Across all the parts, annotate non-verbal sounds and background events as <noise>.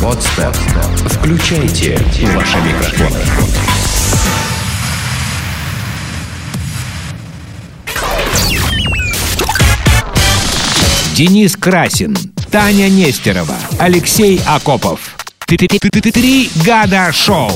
Подкаста. Включайте ваши микрофоны. Денис Красин, Таня Нестерова, Алексей Акопов. Три года шоу.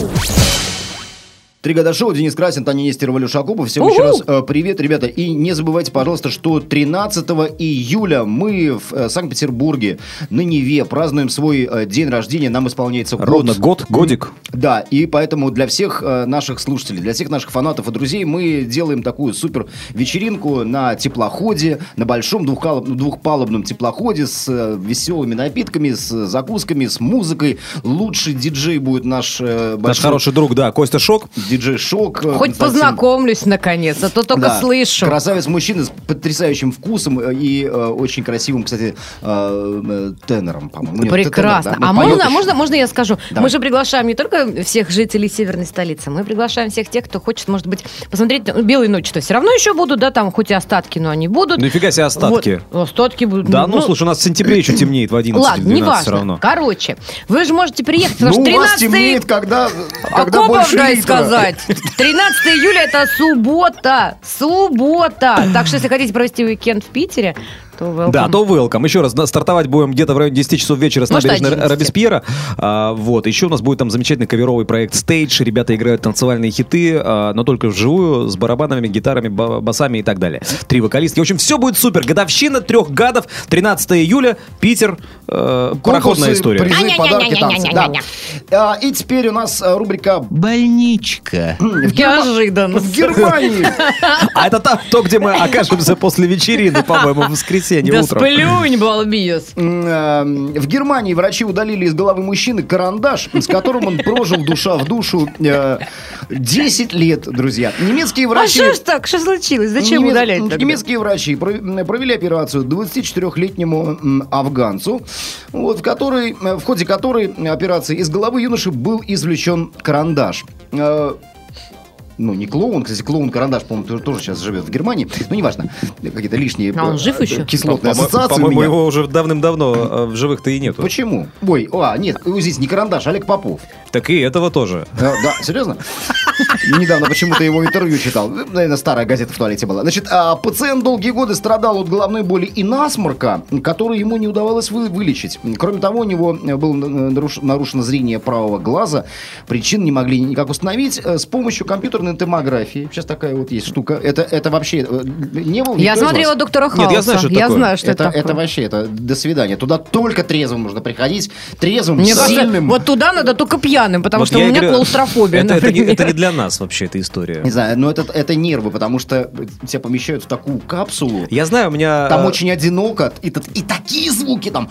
Три года шоу. Денис Красин, Таня Нестерова, Леша Акупов. Всем еще раз э, привет, ребята. И не забывайте, пожалуйста, что 13 июля мы в э, Санкт-Петербурге на Неве празднуем свой э, день рождения. Нам исполняется год. Ровно год, годик. Да, и поэтому для всех э, наших слушателей, для всех наших фанатов и друзей мы делаем такую супер вечеринку на теплоходе, на большом двухкал- двухпалубном теплоходе с э, веселыми напитками, с э, закусками, с музыкой. Лучший диджей будет наш э, большой Наш хороший друг, да, Костя Шок. диджей Шок. э, Хоть Константин. познакомлюсь наконец, а то только Да. слышу. Красавец мужчина с потрясающим вкусом э, и э, очень красивым, кстати, э, э, тенором, по-моему. Нет, Прекрасно. тенор, да. а Он поет можно, еще. можно, можно я скажу? Давай. Мы же приглашаем не только всех жителей северной столицы, мы приглашаем всех тех, кто хочет, может быть, посмотреть ну, белые ночи-то все равно еще будут, да, там хоть и остатки, но они будут. Ну, Нифига себе остатки. Ну, Вот, остатки будут. Да, ну, слушай, у нас в сентябре еще темнеет в 11 Ладно, или 12 неважно. все равно. Короче, вы же можете приехать, потому Ну, что у вас 13 темнеет, когда, э, когда Акопов, больше дай литра. сказать. 13 июля это суббота. Суббота. Так что, если хотите провести уикенд в Питере, то welcome. Да, то welcome. Еще раз, на- стартовать будем где-то в районе 10 часов вечера с Может, набережной 11. Робеспьера. А, вот, еще у нас будет там замечательный коверовый проект Stage. Ребята играют танцевальные хиты, а, но только вживую, с барабанами, гитарами, ба- басами и так далее. Три вокалистки. В общем, все будет супер. Годовщина трех гадов. 13 июля, Питер, э, пароходная Конкурсы, история. призы, подарки, танцы. Да. А, И теперь у нас а, рубрика Больничка. Неожиданно. «В <laughs> Германии». А это там, то, где мы окажемся после вечерины, по-моему, в воскресенье Да утром. сплюнь, балбес. М, э, В Германии врачи удалили из головы мужчины карандаш, с которым он прожил душа в душу э, 10 лет, друзья. Немецкие А врачи... что ж так? Что случилось? Зачем Немец- удалять тогда? Немецкие врачи про- провели операцию 24-летнему м, афганцу, вот, в, которой, э, в ходе которой операции из головы юноши был извлечен карандаш. Э, Ну, не клоун, кстати, клоун-карандаш, по-моему, тоже, тоже сейчас живет в Германии, но неважно, какие-то лишние А он э, жив э, еще? кислотные По-мо- ассоциации у По-моему, меня. его уже давным-давно э, в живых-то и нету. Почему? Ой, а, нет, э, здесь не карандаш, Олег Попов. Так и этого тоже. Э, Да, серьезно? Недавно почему-то его интервью читал. Ну, Наверное, старая газета в туалете была. Значит, а, пациент долгие годы страдал от головной боли и насморка, который ему не удавалось вы- вылечить. Кроме того, у него э, было э, наруш- нарушено зрение правого глаза. Причин не могли никак установить. Э, С помощью компьютерной томографии. Сейчас такая вот есть штука. Это, это вообще э, не было Я никто из смотрела вас? доктора Нет, я Хауса. знаю, что это Я такое. знаю, что это это, это такое. вообще, это до свидания. Туда только трезвым нужно приходить. Трезвым, Мне кажется, сильным. вот туда надо только пьяным, потому Вот что у я и меня говорю, клаустрофобия, это, это не, например. это не для нас вообще эта история. Не знаю, но это, это нервы, потому что тебя помещают в такую капсулу. Я знаю, у меня... Там э, очень одиноко, и, тут- и такие звуки там.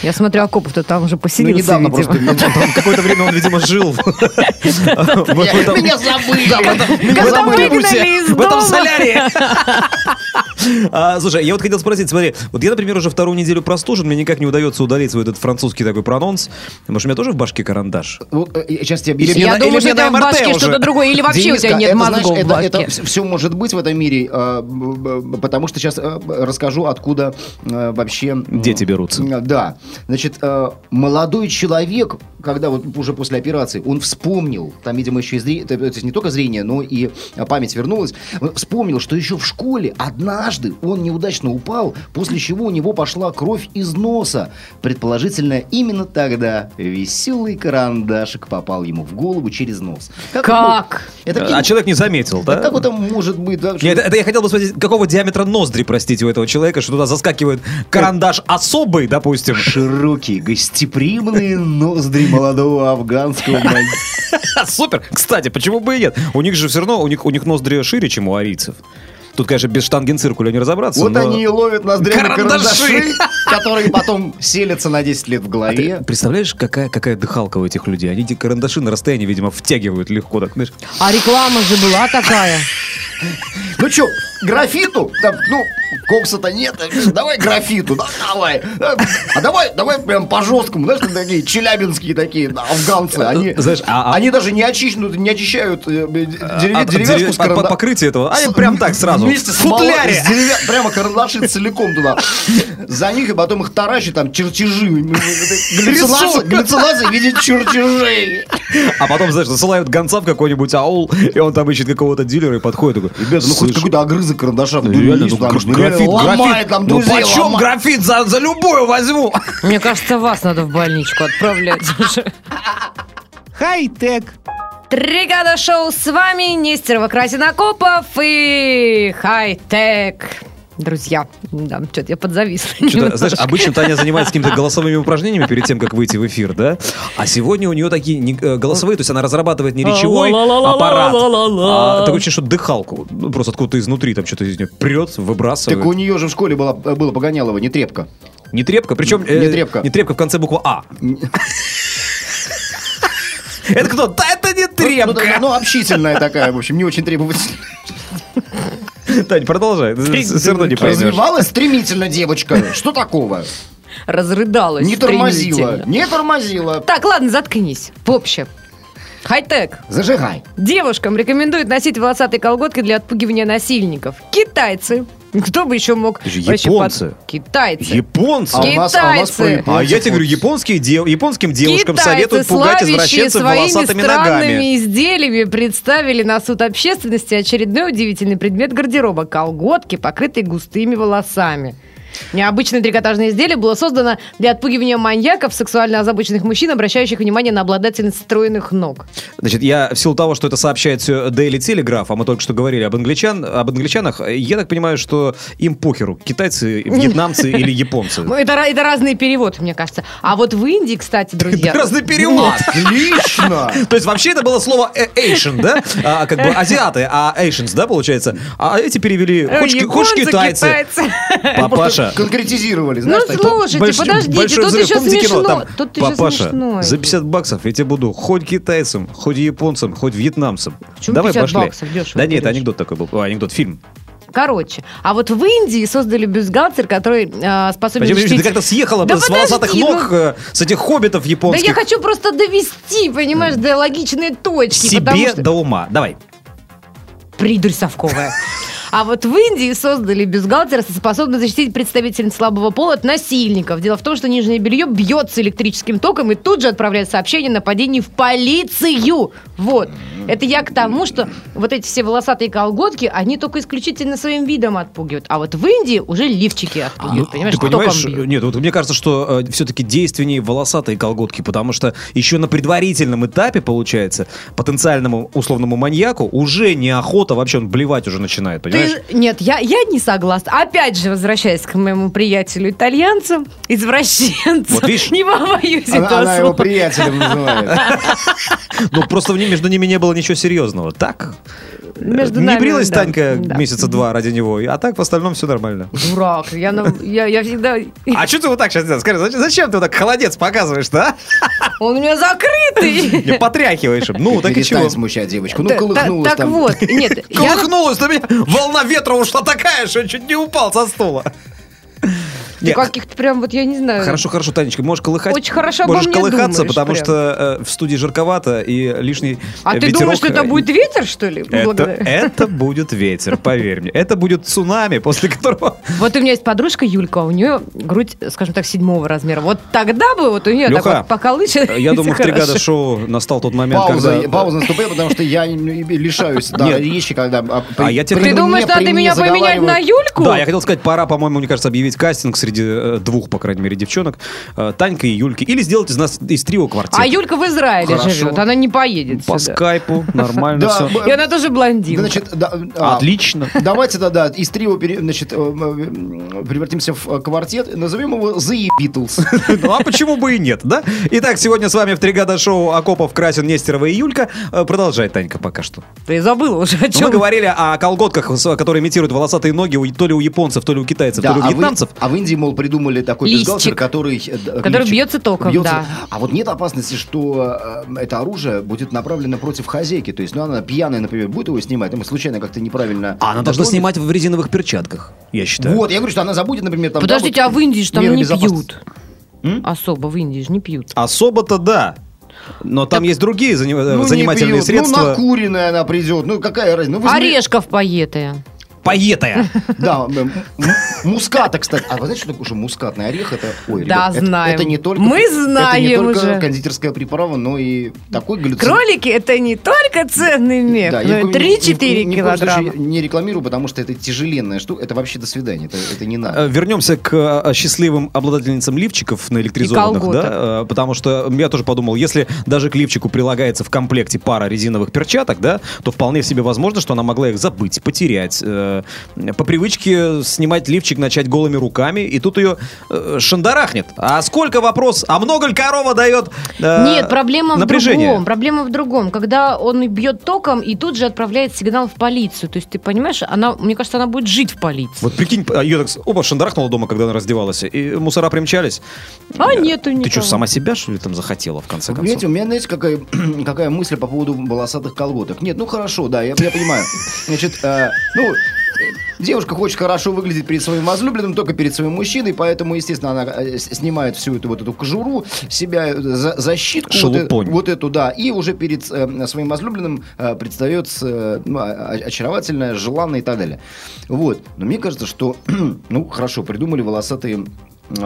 Я смотрю, Акопов-то там уже Ну, поселился, недавно видимо. просто... там Какое-то время он, видимо, жил. <laughs> В Я- <laughs> этом- Меня забыли! <laughs> Когда Меня забыли! выгнали Пусть- из в этом дома. солярии. А, Слушай, я вот хотел спросить, смотри, вот я, например, уже вторую неделю простужен, мне никак не удается удалить свой этот французский такой прононс. Может, у меня тоже в башке карандаш? Вот, э, я Сейчас тебе Или объясню. мне Я на- думаю, или что мне у тебя в на МРТ башке уже. что-то другое, или вообще у Дениска, тебя нет это, мозгов знаешь, в это, башке. все может быть в этом мире, э, б- б- потому что сейчас расскажу, откуда э, вообще... м, Дети берутся. Э, Да. Значит, э, молодой человек, когда вот уже после операции, он вспомнил, там, видимо, еще и зрение, то есть не только зрение, но и э, память вернулась, он вспомнил, что еще в школе однажды он неудачно упал, после чего у него пошла кровь из носа. Предположительно, именно тогда веселый карандашик попал ему в голову через нос. Как? Это, А человек не заметил, да? как это может быть? да, Я, что- это, это я хотел бы спросить, какого диаметра ноздри, простите, у этого человека, что туда заскакивает карандаш особый, допустим. <laughs> Широкие, гостеприимные ноздри молодого афганского мальчика. Супер! Кстати, почему бы и нет? У них же все равно, у них, у них ноздри шире, чем у арийцев. Тут, конечно, без штангенциркуля не разобраться. Вот но- они и ловят ноздрями карандаши, Карандаши. <laughs> которые потом селятся на 10 лет в А Ты голове. представляешь, какая, какая дыхалка у этих людей? Они эти карандаши на расстоянии, видимо, втягивают легко. Так, знаешь, А реклама же была такая. Ну чё, графиту. Там, ну, кокса-то нет. Давай графиту, да, давай. А давай, давай прям по-жесткому. Знаешь, там такие челябинские такие да, афганцы. Они, Знаешь, а- а- они даже не, очищают, не очищают э, э, дереве- А, от деревяшку деревя- с от каранда- по- покрытия этого. с- Они прям так сразу. Вместе с Футляре! моло- с деревя- Прямо карандаши целиком туда. За них, и потом их таращи, там, <laughs> чертежи. Глицелазы, глицелазы видят чертежей. А потом, знаешь, засылают гонца в какой-нибудь аул, и он там ищет какого-то дилера и подходит такой, ребята, Ну, хоть какой-то огрызок карандаша. в дуре реально, есть, ну, там, гра- ну, реально графит, Ломает там ну друзей, почем ломает. графит за, за любую возьму? Мне кажется, вас надо в больничку отправлять уже. Хай-тек. Тригада шоу с вами, Нестерова, Красин, Акопов и хай-тек. Друзья, да, что-то я подзависла. Чё-то, знаешь, немножко. обычно Таня занимается какими-то голосовыми упражнениями перед тем, как выйти в эфир, да? А сегодня у нее такие не- э, голосовые, то есть она разрабатывает не речевой аппарат, а такое ощущение, что дыхалку. Ну, просто откуда-то изнутри там что-то из нее прет, Так у выбрасывает. нее же в школе было, было Погонялова, не трепка. Не трепка, причем... Не трепка. Не трепка в конце буква А. Это кто? Да это не Ну, да, трепка! ну, общительная такая, в общем, не очень требовательная. Тань, продолжай, ну. ты все равно не поймешь. Развивалась стремительно девочка. Что такого? Разрыдалась. Не тормозила. стремительно. Не тормозила. Так, ладно, заткнись. В общем, хай-тек. Зажигай. Девушкам рекомендуют носить волосатые колготки для отпугивания насильников. Китайцы. Кто бы еще мог... Это же вообще японцы. Китайцы. Японцы! А у нас- а у нас Китайцы. А я тебе говорю, японцы. японские дев- японским девушкам Китайцы, советуют пугать славящие извращенцев своими волосатыми странными ногами. изделиями представили на суд общественности очередной удивительный предмет гардероба – колготки, покрытые густыми волосами. Необычное трикотажное изделие было создано для отпугивания маньяков, сексуально озабоченных мужчин, обращающих внимание на обладательниц стройных ног. Значит, я в силу того, что это сообщает все Daily Telegraph, а мы только что говорили об, англичан, об англичанах, я так понимаю, что им похеру, китайцы, <laughs> вьетнамцы или японцы. Ну, Это, ра- это разные переводы, мне кажется. А вот в Индии, кстати, друзья... <laughs> Это разный перевод. Ну, Отлично. То есть вообще это было слово э- Asian, да? А, <laughs> как бы азиаты, а Asians, да, получается? А эти перевели, э, хочешь, ки- хочешь японцы, китайцы? китайцы. Папаша. Конкретизировали, Ну знаешь, так. слушайте, Больш- подождите, большой тут взрыв. еще Помните кино? смешно. Там, тут еще папаша, смешно. за 50 баксов я тебе буду хоть китайцам, хоть японцам, хоть вьетнамцам. Почему Давай 50 пошли. баксов? Дешево да нет, берешь. анекдот такой был. О, анекдот, фильм. Короче, а вот в Индии создали бюстгальтер, который э, способен Почему, Юрий, защитить- ты как-то съехала Да с волосатых подожди, ну. ног, э, с этих хоббитов Да японских. я хочу просто довести, понимаешь, до логичной точки. потому себе что- до ума. Давай. Придурь совковая. А вот в Индии создали бюстгальтер, способный защитить представителей слабого пола от насильников. Дело в том, что нижнее белье бьется электрическим током и тут же отправляет сообщение о нападении в полицию. Вот. Это я к тому, что вот эти все волосатые колготки, они только исключительно своим видом отпугивают. А вот в Индии уже лифчики отпугивают, понимаешь, А, ну, Ты понимаешь, током бьют. нет, вот мне кажется, что все-таки действеннее волосатые колготки, потому что еще на предварительном этапе, получается, потенциальному условному маньяку уже неохота, вообще он блевать уже начинает, Ты- понимаешь? Нет, я, я не согласна. Опять же, возвращаясь к моему приятелю итальянцу, извращенцу. Вот видишь? не побоюсь Она, этого она его слова. приятелем называет. Ну, просто в ней- между ними не было ничего серьезного. Так? Ну, Между не нами, брилась да, Танька да. месяца два ради него, а так в остальном все нормально. Дурак. Я, на- я, я всегда... А что ты вот так сейчас делаешь? Скажи, зачем, зачем ты вот так холодец показываешь-то, а? Он у меня <laughs> закрытый. Не потряхиваешь им. Ну, так и Перестань чего? смущать девочку. Ну, Та- та- колыхнулась Так там. вот, нет, я... Колыхнулась на меня. Волна ветра ушла такая, что я чуть не упал со стула. ты Каких-то прям вот, я не знаю... Хорошо, хорошо, Танечка, можешь колыхать. Очень хорошо обо Можешь мне колыхаться, думаешь потому прям. что э, в студии жарковато и лишний А э, ты ветерок, думаешь, что это э, будет ветер, что ли? Это, э. Благодаря- это будет ветер, поверь мне. Это будет цунами, после которого... Вот у меня есть подружка Юлька, а у нее грудь, скажем так, седьмого размера. Вот тогда бы вот у нее так Лёха, вот поколычет. Э, Я думаю, в Хорошо. бригада шоу настал тот момент, Пауза, когда... пауза наступила, потому что я не- лишаюсь да, Нет. речи, когда... а, А я тебе- Ты при думаешь, мне- при надо мне меня поменять на заговаривают. Юльку? Да, я хотел сказать, пора, по-моему, мне кажется, объявить кастинг среди э, двух, по крайней мере, девчонок. Э, Танька и Юльки. Или сделать из нас из трио квартет. А Юлька в Израиле Хорошо. живет, она не поедет По сюда. скайпу, нормально Да, все. б- И она тоже блондинка. Значит, да, а, Отлично. <laughs> Давайте, да, да, из трио пере- значит, э, м, превратимся в э, квартет, назовем его The <laughs> Beatles. Ну а почему бы и нет, да? Итак, сегодня с вами в Тригада шоу Акопов, Красин, Нестерова и Юлька. Э, Продолжай, Танька, пока что. Ты забыла уже о Ну, Мы чем. говорили о колготках, с- которые имитируют волосатые ноги у- то ли у японцев, то ли у китайцев, то ли у а в- вьетнамцев. А в Индии мол, придумали такой Листик. бюстгальтер, который... э, да, Который лифчик. бьется током, да. А вот нет опасности, что э, это оружие будет направлено против хозяйки. То есть, ну, она пьяная, например, будет его снимать, ему случайно как-то неправильно... А она должна дотронется. снимать в резиновых перчатках, я считаю. Вот, я говорю, что она забудет, например, там... да, Подождите, вот а в Индии же там меры не безопасности. пьют. М? Особо в Индии же не пьют. Особо-то да. Но там есть другие зани- э, Ну, не занимательные пьют, Ну, средства. накуренная она придет. Ну, какая разница? Ну, возьми- Орешков поетая. Поетая. Да, м- м- муската, кстати. А вы знаете, что такое уже мускатный орех? Это, ой, Да, ребят, это- знаем. Это, не только, Мы это не знаем только уже. кондитерская приправа, но и такой глюцин. Кролики это не только ценный мех, Да, но я и ни- 3-4 ни- ни в коем ну, килограмма. случае не рекламирую, потому что это тяжеленная штука. Это вообще до свидания, это, это не надо. Э, Вернемся к э, счастливым обладательницам лифчиков на И электризованных, колготок. да, Э, потому что я тоже подумал, если даже к лифчику прилагается в комплекте пара резиновых перчаток, да, то вполне себе возможно, что она могла их забыть, потерять, э, по привычке снимать лифчик, начать голыми руками, и тут ее э, шандарахнет. А сколько вопрос? А много ли корова дает? э, Нет, проблема в напряжение? другом. Проблема в другом. Когда он бьет током и тут же отправляет сигнал в полицию. То есть, ты понимаешь, она, мне кажется, она будет жить в полиции. Вот прикинь, а ее так с- оба шандарахнула дома, когда она раздевалась, и мусора примчались. А нету никого. Ты что, сама себя, что ли, там захотела, в конце Вы концов? понимаете, у меня, знаете, какая, какая <clears throat> мысль по поводу волосатых колготок. Нет, ну хорошо, да, я, я понимаю. Значит, э, ну, э, девушка хочет хорошо выглядеть перед своим возлюбленным, только перед своим мужчиной, поэтому, естественно, она э, с- снимает всю эту вот эту кожуру, с себя э, за- защитку. вот э- Вот, Шелупонь. эту, да, и уже перед э, своим возлюбленным э, предстает э, ну, а- а- очаровательная, желанная и так далее. Вот. Но мне кажется, что, <clears throat> ну, хорошо, придумали волосатые э,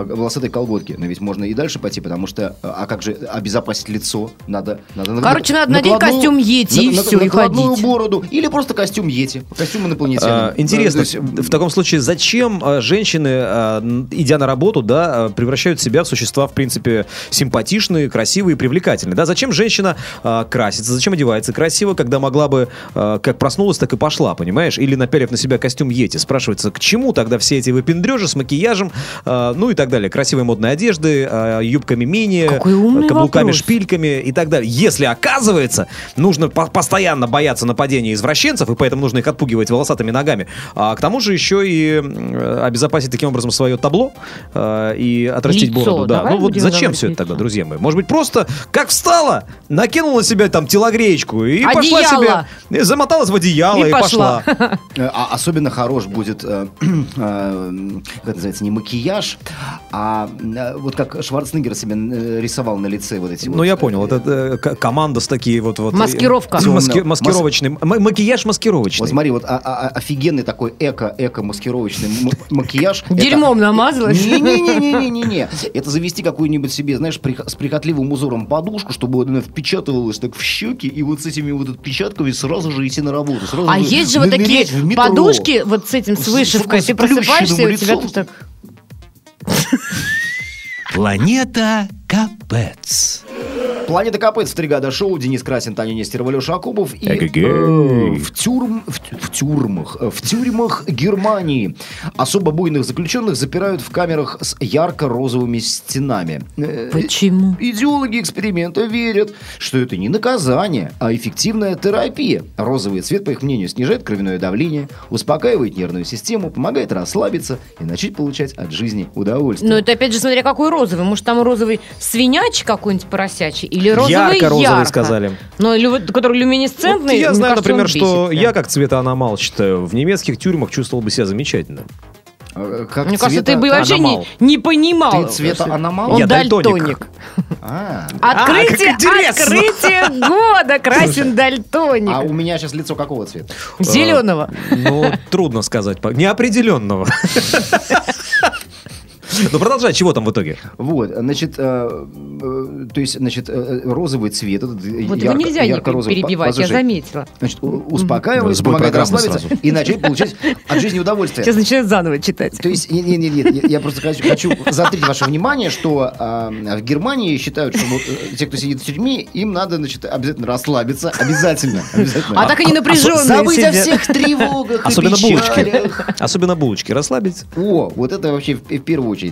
волосатые колготки, но ведь можно и дальше пойти, потому что, э, а как же обезопасить лицо? Надо, надо Ну, на- Короче, надо надеть накладную- костюм Йети, и всё, и накладную ходить. бороду, или просто костюм Йети, костюм инопланетянина. А, Интересно, Э, то есть, в таком случае, зачем а, женщины, а, н- идя на работу, да, а, превращают себя в существа, в принципе, симпатичные, красивые и привлекательные? Да, зачем женщина а, красится, зачем одевается красиво, когда могла бы а, как проснулась, так и пошла, понимаешь? Или напялив на себя костюм Йети. Спрашивается, к чему тогда все эти выпендрежи с макияжем, а, ну и так далее. Красивой модной одежды, а, юбками мини, Какой умный Э, каблуками вопрос. шпильками и так далее. Если оказывается, нужно по- постоянно бояться нападения извращенцев, и поэтому нужно их отпугивать волосатыми ногами, а к тому же еще и м, э, обезопасить таким образом свое табло э, и отрастить Лицо. бороду. Да. Давай ну вот будем зачем говорить все это лицо. тогда, друзья мои? Может быть, просто как встала, накинула на себя там телогреечку и пошла Одеяло. себе, и замоталась в одеяло И и, пошла. пошла. Э, а особенно хорош будет, э, <clears throat> э, как это называется, не макияж, а э, вот как Шварценеггер себе э, рисовал на лице вот эти <laughs> Ну вот, я э, понял, это э, к- командос такие вот... вот Маскировка. Э, маски- Темно. маскировочный. м- макияж маскировочный. Вот смотри, вот а- а- а- офигенный такой эко, эко-маскировочный м- макияж. Дерьмом намазалась. Не-не-не-не-не-не. Это завести какую-нибудь себе, знаешь, прих- с прихотливым узором подушку, чтобы вот она впечатывалась так в щеки, и вот с этими вот отпечатками сразу же идти на работу. сразу А есть же вот такие нырять в метро. подушки вот с этим, с С- вышивкой. с Ты просыпаешься, и у сплющенным тебя лицом. тут так... Планета Капец. Планета Капец, Стригада Шоу, Денис Красин, Таня Нестерова, Леша Акубов. И Эгегей. э, в, тюрм, в, тю- в тюрьмах, э, в тюрьмах Германии особо буйных заключенных запирают в камерах с ярко-розовыми стенами. Э, Почему? Идеологи эксперимента верят, что это не наказание, а эффективная терапия. Розовый цвет, по их мнению, снижает кровяное давление, успокаивает нервную систему, помогает расслабиться и начать получать от жизни удовольствие. Ну, это опять же, смотря какой розовый. Может, там розовый свинячий какой-нибудь поросячий? Или розовый Ярко-розовый, ярко? сказали. Ну, или вот, который Вот люминесцентный. я мне знаю, кажется, например, он что бесит я, прям. как цветоаномал, считаю, в немецких тюрьмах чувствовал бы себя замечательно. Э, как Мне кажется, цвета- ты бы вообще не, аномал. не понимал. Ты цвета аномал? Он Я дальтоник. дальтоник. А. Открытие, А, как интересно. открытие года. Красин дальтоник. А у меня сейчас лицо какого цвета? Э, Зеленого. Ну, трудно сказать. по- Неопределенного. Ну, продолжай, чего там в итоге? Вот, значит, э, э, то есть, значит, э, розовый цвет. этот Вот его ярко- нельзя не ярко-розовый. перебивать, я Послушай, заметила. Значит, у- успокаивает, Сбой помогает программы расслабиться сразу. и начать получать от жизни удовольствие. Сейчас начинаю заново читать. То есть, нет, нет, нет, я просто хочу, хочу заострить ваше внимание, что а, в Германии считают, что вот, э, те, кто сидит в тюрьме, им надо, значит, обязательно расслабиться, обязательно, обязательно. А так они напряженные Забыть о сидят. всех тревогах и Особенно булочки. печалях. Особенно булочки. Расслабить. О, вот это вообще в, в первую очередь.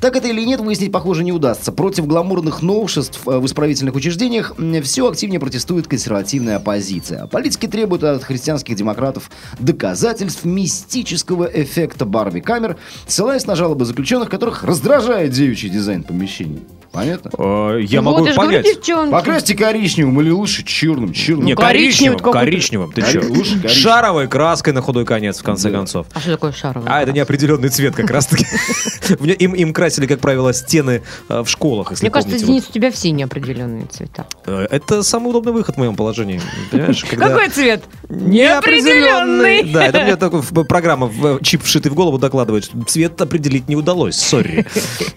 Так это или нет, выяснить, похоже, не удастся. Против гламурных новшеств э, в исправительных учреждениях все активнее протестует консервативная оппозиция. Политики требуют от христианских демократов доказательств мистического эффекта Барби-камер, ссылаясь на жалобы заключенных, которых раздражает девичий дизайн помещений. Понятно? Э, Я Вот, могу я же говорю, понять. девчонки. Покрасьте коричневым или лучше черным. Черным. Не, Ну, коричневый коричневым, какой-то. коричневым, ты чё? Кори- лучше коричневым. Шаровой краской на худой конец, в конце концов. А что такое шаровый? А, это неопределенный цвет как раз-таки. <laughs> В нё- Им, им красили, как правило, стены э, в школах, если Мне кажется, помните. Денис, у тебя все неопределенные цвета. Вот, э, Это самый удобный выход в моем положении. Понимаешь, когда- Какой цвет? Неопределенный. Да, это мне такой в- программа, в- э, чип вшитый в голову докладывает, что цвет определить не удалось, сори.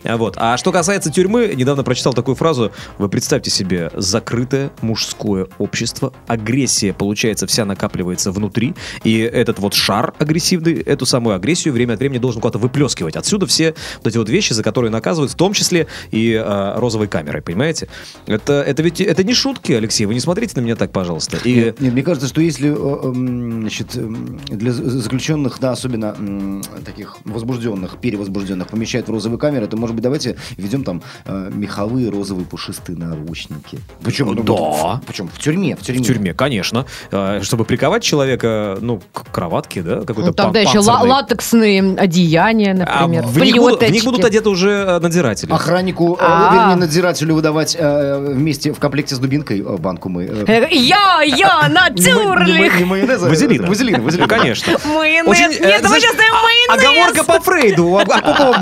А Вот. А что касается тюрьмы, недавно прочитал такую фразу, вы представьте себе, закрытое мужское общество, агрессия, получается, вся накапливается внутри, и этот вот шар агрессивный, эту самую агрессию время от времени должен куда-то выплескивать. Отсюда все вот эти вот вещи, за которые наказывают, в том числе и э, розовой камерой, понимаете? Это, это ведь это не шутки, Алексей, вы не смотрите на меня так, пожалуйста. И... Нет, мне кажется, что если э, эм, значит, эм, для за- заключенных, да, особенно м, таких возбужденных, перевозбужденных, помещают в розовые камеры, то, может быть, давайте введем там э, меховые розовые пушистые наручники. Причем, ну, Да. вот в- причем в тюрьме, в тюрьме. В тюрьме, конечно. Э, Чтобы приковать человека, ну, к кроватке, да, какой-то Ну, там, пан- да, еще ла- панцирной. латексные одеяния, А например. в, них будут, в них будут плеточки. одеты уже э, надзиратели. Охраннику, э, А. вернее, надзирателю выдавать э, вместе в комплекте с дубинкой э, банку мы... э, Э, Я, я, <laughs> не ма- не ма- натюрлих. не майонеза, э, Вазелина. Вазелина, Ну, вазелина. конечно. Очень, Майонез. э, Нет, мы знаешь, сейчас даем а- Оговорка майонез. по Фрейду. А- а какого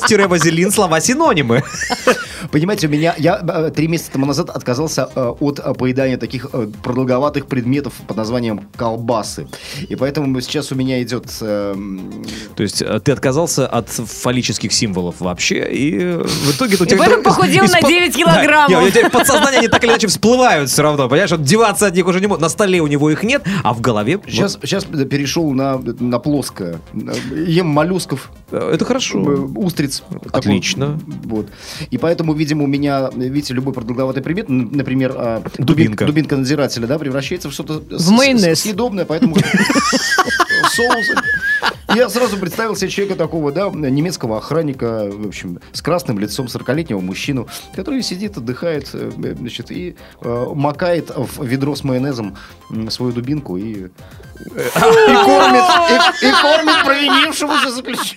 майонез-вазелин слова синонимы. Понимаете, у меня я э, три месяца тому назад отказался э, от э, поедания таких э, продолговатых предметов под названием колбасы. И поэтому сейчас у меня идет э, м, То есть э, ты отказался от фаллических символов вообще, и э, в итоге... И поэтому <laughs> похудел на 9 килограммов. у тебя подсознание, они так или иначе всплывают все равно, понимаешь? Отдеваться от них уже не может. На столе у него их нет, а в голове... вот, Сейчас, сейчас перешел на, на плоское. Ем моллюсков, э, это э, хорошо. устриц. Такой, Отлично. вот. И поэтому, видимо, у меня, видите, любой продолговатый предмет, н- например, э, Дубинка. дубин- дубинка надзирателя, да, превращается в что-то с- с- майонез. с- съедобное, поэтому <laughs> соус. Я сразу представил себе человека такого, да, немецкого охранника, в общем, с красным лицом 40-летнего мужчину, который сидит, отдыхает, э, значит, и э, макает в ведро с майонезом м, свою дубинку и, э, и кормит, и- и кормит провинившегося заключенного.